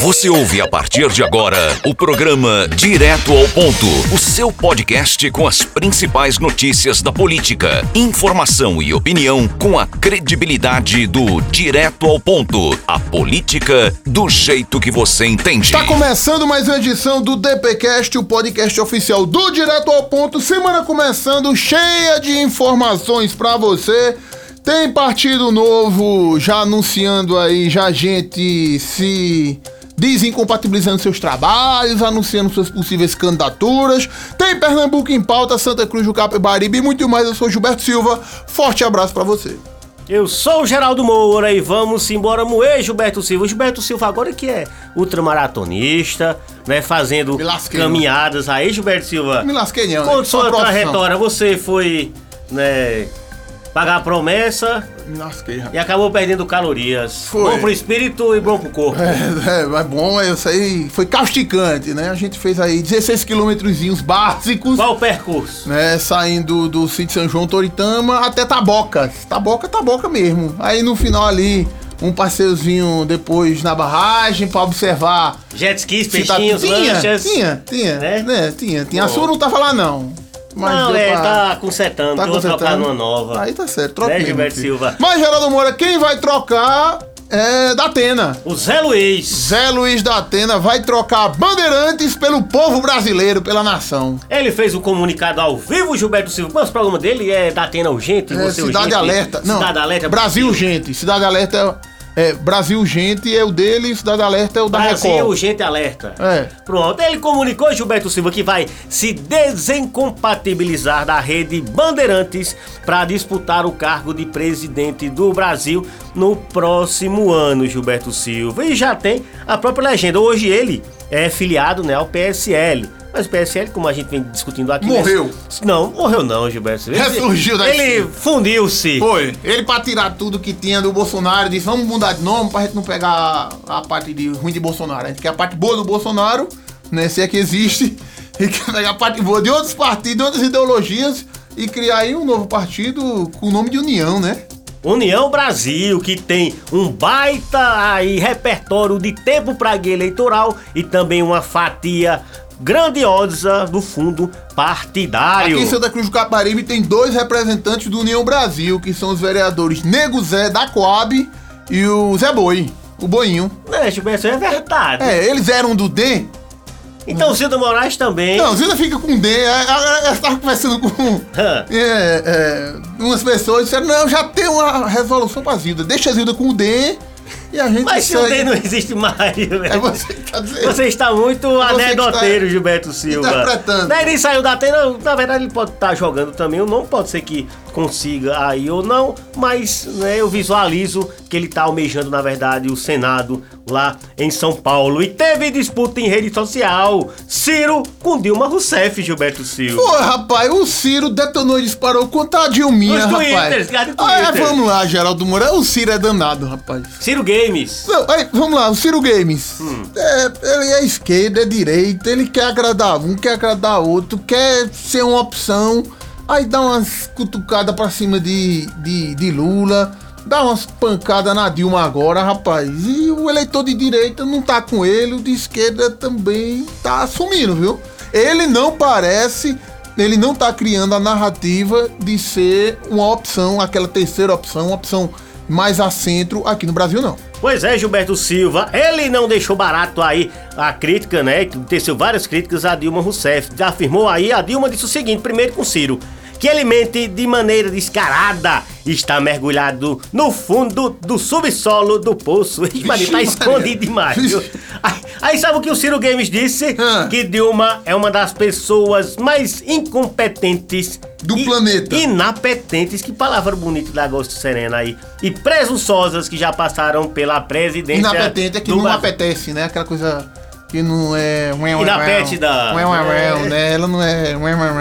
Você ouve a partir de agora o programa Direto ao Ponto, o seu podcast com as principais notícias da política, informação e opinião com a credibilidade do Direto ao Ponto, a política do jeito que você entende. Tá começando mais uma edição do DPcast, o podcast oficial do Direto ao Ponto. Semana começando cheia de informações pra você. Tem partido novo já anunciando aí, já gente se desincompatibilizando seus trabalhos, anunciando suas possíveis candidaturas. Tem Pernambuco em pauta, Santa Cruz do Capibaribe e muito mais. Eu sou Gilberto Silva. Forte abraço pra você. Eu sou o Geraldo Moura e vamos embora moer Gilberto Silva. Gilberto Silva agora que é ultramaratonista, né, fazendo Me lasquei, caminhadas aí, Gilberto Silva. Me lasquei, não. né? Conta Só sua profissão. trajetória, você foi, né, pagar a promessa Me lasquei, rapaz. e acabou perdendo calorias. Foi. Bom pro espírito e bom pro corpo. É, é, mas bom, eu sei, foi causticante, né? A gente fez aí 16 quilômetrozinhos básicos, Qual o percurso? né? Saindo do sítio São João Toritama até Tabocas. Taboca, Taboca mesmo. Aí no final ali, um passeiozinho depois na barragem pra observar. Jet skis, se tá- peixinhos, tinha, lanchas. tinha, tinha, né? né? Tinha, tinha. A Bom. sua não tava lá não. Mas Não, deu é, pra- tá consertando, Tá vou trocar consertando? numa nova. Aí tá certo, troca. Né, mesmo, Gilberto filho. Silva? Mas, Geraldo Moura, quem vai trocar é da Atena. O Zé Luiz. Zé Luiz da Atena vai trocar Bandeirantes pelo povo brasileiro, pela nação. Ele fez o comunicado ao vivo, Gilberto Silva. Mas o programa dele é da Atena Urgente, É, você Cidade Urgente. Alerta. Não, Cidade Alerta. é Brasil Urgente. Cidade Alerta é, é, Brasil Urgente é o dele, Cidade Alerta é o da Brasil Record. Urgente Alerta. É. Pronto, ele comunicou, Gilberto Silva, que vai se desincompatibilizar da rede Bandeirantes para disputar o cargo de presidente do Brasil no próximo ano, Gilberto Silva. E já tem a própria legenda. Hoje ele é filiado né, ao PSL. Mas o PSL, como a gente vem discutindo aqui... Morreu. né, Não, morreu não, Gilberto Silva. Ele- Ressurgiu da Ele cinza. fundiu-se. Foi. Ele pra tirar tudo que tinha do Bolsonaro, disse, vamos mudar de nome pra gente não pegar a parte de, ruim de Bolsonaro. A gente quer a parte boa do Bolsonaro, né? Se é que existe. E quer pegar a parte boa de outros partidos, de outras ideologias e criar aí um novo partido com o nome de União, né? União Brasil, que tem um baita aí repertório de tempo para guia eleitoral e também uma fatia grandiosa do fundo partidário. Aqui em Santa Cruz do Caparibe tem dois representantes do União Brasil, que são os vereadores Nego Zé da Coab e o Zé Boi, o Boinho. É, Gilberto, é verdade. É, eles eram do D. Então Cida Moraes também. Não, Zilda fica com D. é, é, é, Eu estava conversando com Hã. é, é, umas pessoas e disseram: não, já tem uma resolução pra Zilda, deixa a Zilda com o D e a gente Mas se o segue." D não existe mais, Gilberto. É você que tá dizendo. Você está muito que anedoteiro, está Gilberto Silva. é interpretando. Daí ele saiu da tela, na verdade ele pode estar jogando também, ou não pode ser que consiga aí ou não, mas né, eu visualizo que ele está almejando, na verdade, o Senado lá em São Paulo. E teve disputa em rede social, Ciro com Dilma Rousseff, Gilberto Silva. Pô, rapaz, o Ciro detonou e disparou contra a Dilminha, Nos rapaz. twitters, cara, ah, é, twitter. vamos lá, Geraldo Moura. O Ciro é danado, rapaz. Ciro Games. Não, aí, vamos lá, o Ciro Games. É, ele é esquerda, é direita, ele quer agradar um, quer agradar outro, quer ser uma opção, aí dá umas cutucadas pra cima de, de, de Lula, dá umas pancadas na Dilma agora, rapaz. E o eleitor de direita não tá com ele, o de esquerda também tá assumindo, viu? Ele não parece. Ele não tá criando a narrativa de ser uma opção, aquela terceira opção, uma opção mais a centro aqui no Brasil, não. Pois é, Gilberto Silva, ele não deixou barato aí a crítica, né? Que Teceu várias críticas a Dilma Rousseff. Afirmou aí, a Dilma disse o seguinte, primeiro com Ciro, que ele mente de maneira descarada, está mergulhado no fundo do subsolo do poço. Ixi, Maria, tá Maria. escondido demais, viu? Aí, aí sabe o que o Ciro Games disse? Ah. Que Dilma é uma das pessoas mais incompetentes Do planeta. Inapetentes, que palavra bonita da Agosto Serena aí. E presunçosas que já passaram pela presidência. Inapetente é que do não Brasil. apetece, né? Aquela coisa que não é. Inapetida. Ué, ué, ué, É. né? Ela não é. ué, ué,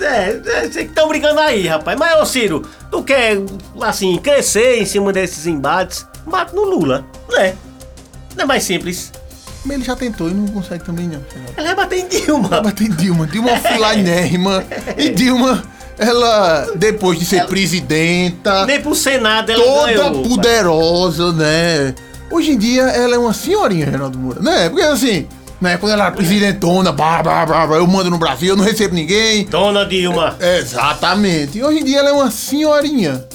ué. É, é, vocês que estão brigando aí, rapaz. Mas, ô Ciro, tu quer, assim, crescer em cima desses embates? Bate no Lula, né? Não é mais simples. Mas ele já tentou e não consegue também, não. Geraldo. Ela vai bater em Dilma. Mas tem Dilma. Dilma é filanérrima. E Dilma, ela, depois de ser presidenta, Nem pro Senado ela toda ganhou. poderosa, né? Hoje em dia ela é uma senhorinha, Reinaldo Moura, né? Porque assim, né, quando É. ela era presidentona, blá, blá, blá, blá, eu mando no Brasil, eu não recebo ninguém. Dona Dilma. Exatamente. E hoje em dia ela é uma senhorinha.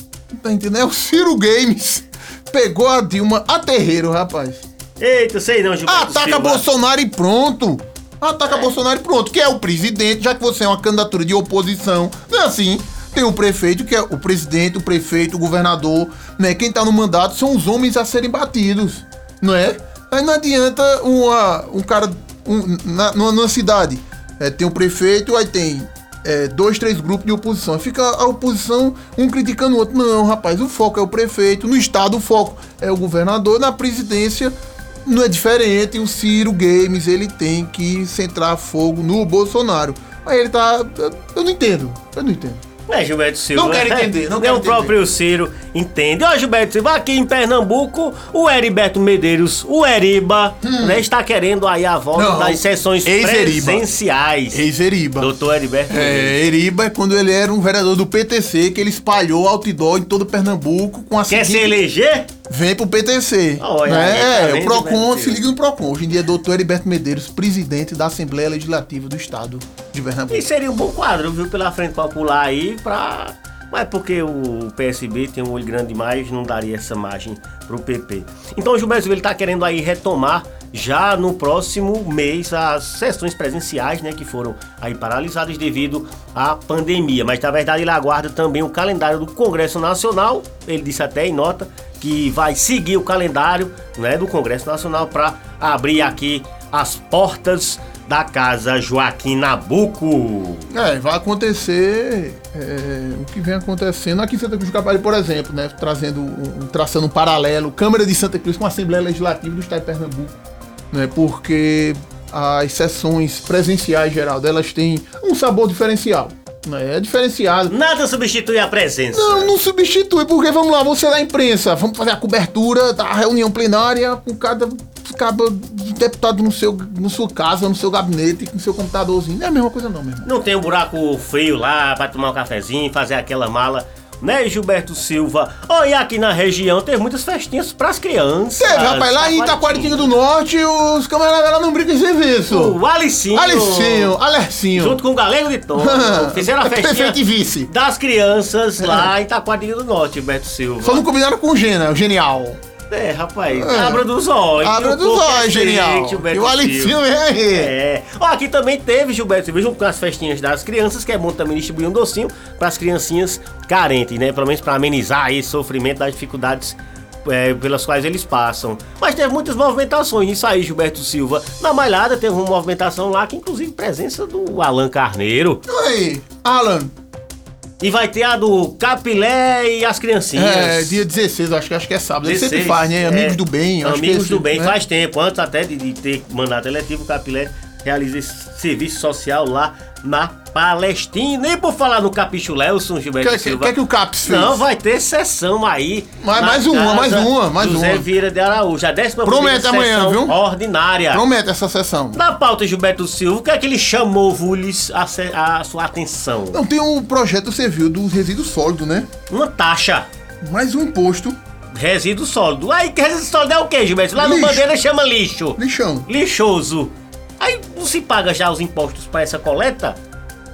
Tá entendendo? É o Ciro Games. Pegou a Dilma a terreiro, rapaz. Eita, sei não, Gilberto É, Ataca Silva. Bolsonaro e pronto. Ataca Bolsonaro e pronto, que é o presidente, já que você é uma candidatura de oposição. Não é assim. Tem o prefeito, que é o presidente, o prefeito, o governador, né? Quem tá no mandato são os homens a serem batidos, não é? Aí não adianta uma, um cara um, na, numa, numa cidade. é, tem o prefeito, aí tem é, dois, três grupos de oposição. Fica a oposição um criticando o outro. Não, rapaz, o foco é o prefeito. No estado, o foco é o governador. Na presidência, não é diferente, o Ciro Games ele tem que centrar fogo no Bolsonaro. Mas ele tá. eu- Eu não entendo, eu não entendo. É, Gilberto Silva. Não quero entender, não Nem quero o entender. próprio Ciro entende. Ó, Gilberto Silva, aqui em Pernambuco, o Heriberto Medeiros, o Eriba, né, está querendo aí a volta Hum. Não, das sessões ex-Eriba. presenciais. Ex-Eriba. Doutor Heriberto Medeiros. É, Eriba é quando ele era um vereador do PTC que ele espalhou outdoor em todo Pernambuco com a Quer se seguinte- eleger? Vem pro PTC. Olha, né? aí tá é, vendo, o Procon, né, se liga no Procon. Hoje em dia é doutor Heriberto Medeiros, presidente da Assembleia Legislativa do Estado de Pernambuco. E seria um bom quadro, viu, pela Frente Popular aí, pra... Mas porque o PSB tem um olho grande demais, não daria essa margem pro PP. Então o Gilberto Silva, ele tá querendo aí retomar já no próximo mês as sessões presenciais, né, que foram aí paralisadas devido à pandemia. Mas na verdade ele aguarda também o calendário do Congresso Nacional, ele disse até em nota que vai seguir o calendário, né, do Congresso Nacional para abrir aqui as portas da casa Joaquim Nabuco. É, vai acontecer é, o que vem acontecendo aqui em Santa Cruz do Capari, por exemplo, né? Trazendo, um, um- traçando um paralelo, Câmara de Santa Cruz com a Assembleia Legislativa do Estado de Pernambuco, né? Porque as sessões presenciais, Geraldo, elas têm um sabor diferencial, né? É diferenciado. Nada substitui a presença. Não, não substitui, porque vamos lá, você é da imprensa, vamos fazer a cobertura da reunião plenária com cada, cada deputado no seu, no sua casa, no seu gabinete, com seu computadorzinho. Não é a mesma coisa não, meu irmão. Não tem um buraco frio lá pra tomar um cafezinho, fazer aquela mala. Né, Gilberto Silva? Olha, e aqui na região tem muitas festinhas pras crianças. Teve, rapaz, lá tá em Itaquaritinga do Norte, os camaradas não brincam em serviço. O Alicinho. Alicinho, Alercinho. Junto com o Galego de Tom. fizeram a festinha É Prefeito É. e vice. das crianças lá em Itaquaritinga do Norte, Gilberto Silva. Só não combinaram com o Gena, o genial. É, rapaz, abra dos olhos. Abra um dos pouco olhos, diferente, genial. E Gilberto o Alicinho Silva. vem aí. É. Ó, aqui também teve, Gilberto Silva, junto com as festinhas das crianças, que é bom também distribuir um docinho para as criancinhas carentes, né? Pelo menos para amenizar aí o sofrimento das dificuldades é, pelas quais eles passam. Mas teve muitas movimentações nisso aí, Gilberto Silva. Na Malhada teve uma movimentação lá, que inclusive presença do Alan Carneiro. Aí, Alan, E vai ter a do Capilé e as criancinhas. é, dia 16, eu acho que, acho que é sábado. Ele sempre 16, faz, né? Amigos é. do bem. eu acho que é Amigos esse, do bem, né? faz tempo. Antes até de, de ter mandato eletivo, o Capilé realiza esse serviço social lá na Palestina. Nem por falar no Capixulé, o São Gilberto Quer- Silva. quer que o Caps fez? Não, vai ter sessão aí. Mas- na mais uma, casa mais uma, mais José uma. Vieira de Araújo. A décima Promete primeira amanhã, sessão viu? Ordinária. Promete essa sessão. Na pauta, Gilberto Silva, o que é que ele chamou, Vulis, a, se- a sua atenção? Não, tem um projeto, você viu, dos resíduos sólidos, né? Uma taxa. Mais um imposto, Resíduo sólido. Aí, que resíduo sólido é o quê, Gilberto? Lá no Lixo. Bandeira chama lixo. lixão. lixoso. Aí não se paga já os impostos para essa coleta?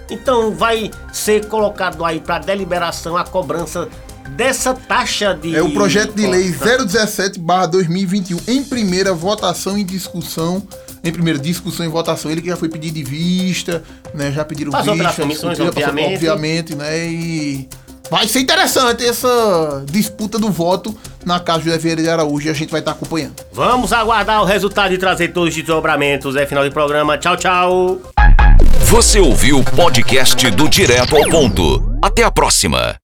Então vai ser colocado aí para deliberação a cobrança dessa taxa de. É o projeto de lei Nossa. 017/2021 em primeira votação e discussão, em primeira discussão e votação, ele que já foi pedido de vista, né, já pediram Passou vista, pelas comissões, discutiram, passou- obviamente. obviamente, né, e vai ser interessante essa disputa do voto na casa do Vieira de Araújo, e a gente vai estar acompanhando. Vamos aguardar o resultado e trazer todos os desdobramentos. É final de programa. Tchau, tchau. Você ouviu o podcast do Direto ao Ponto. Até a próxima.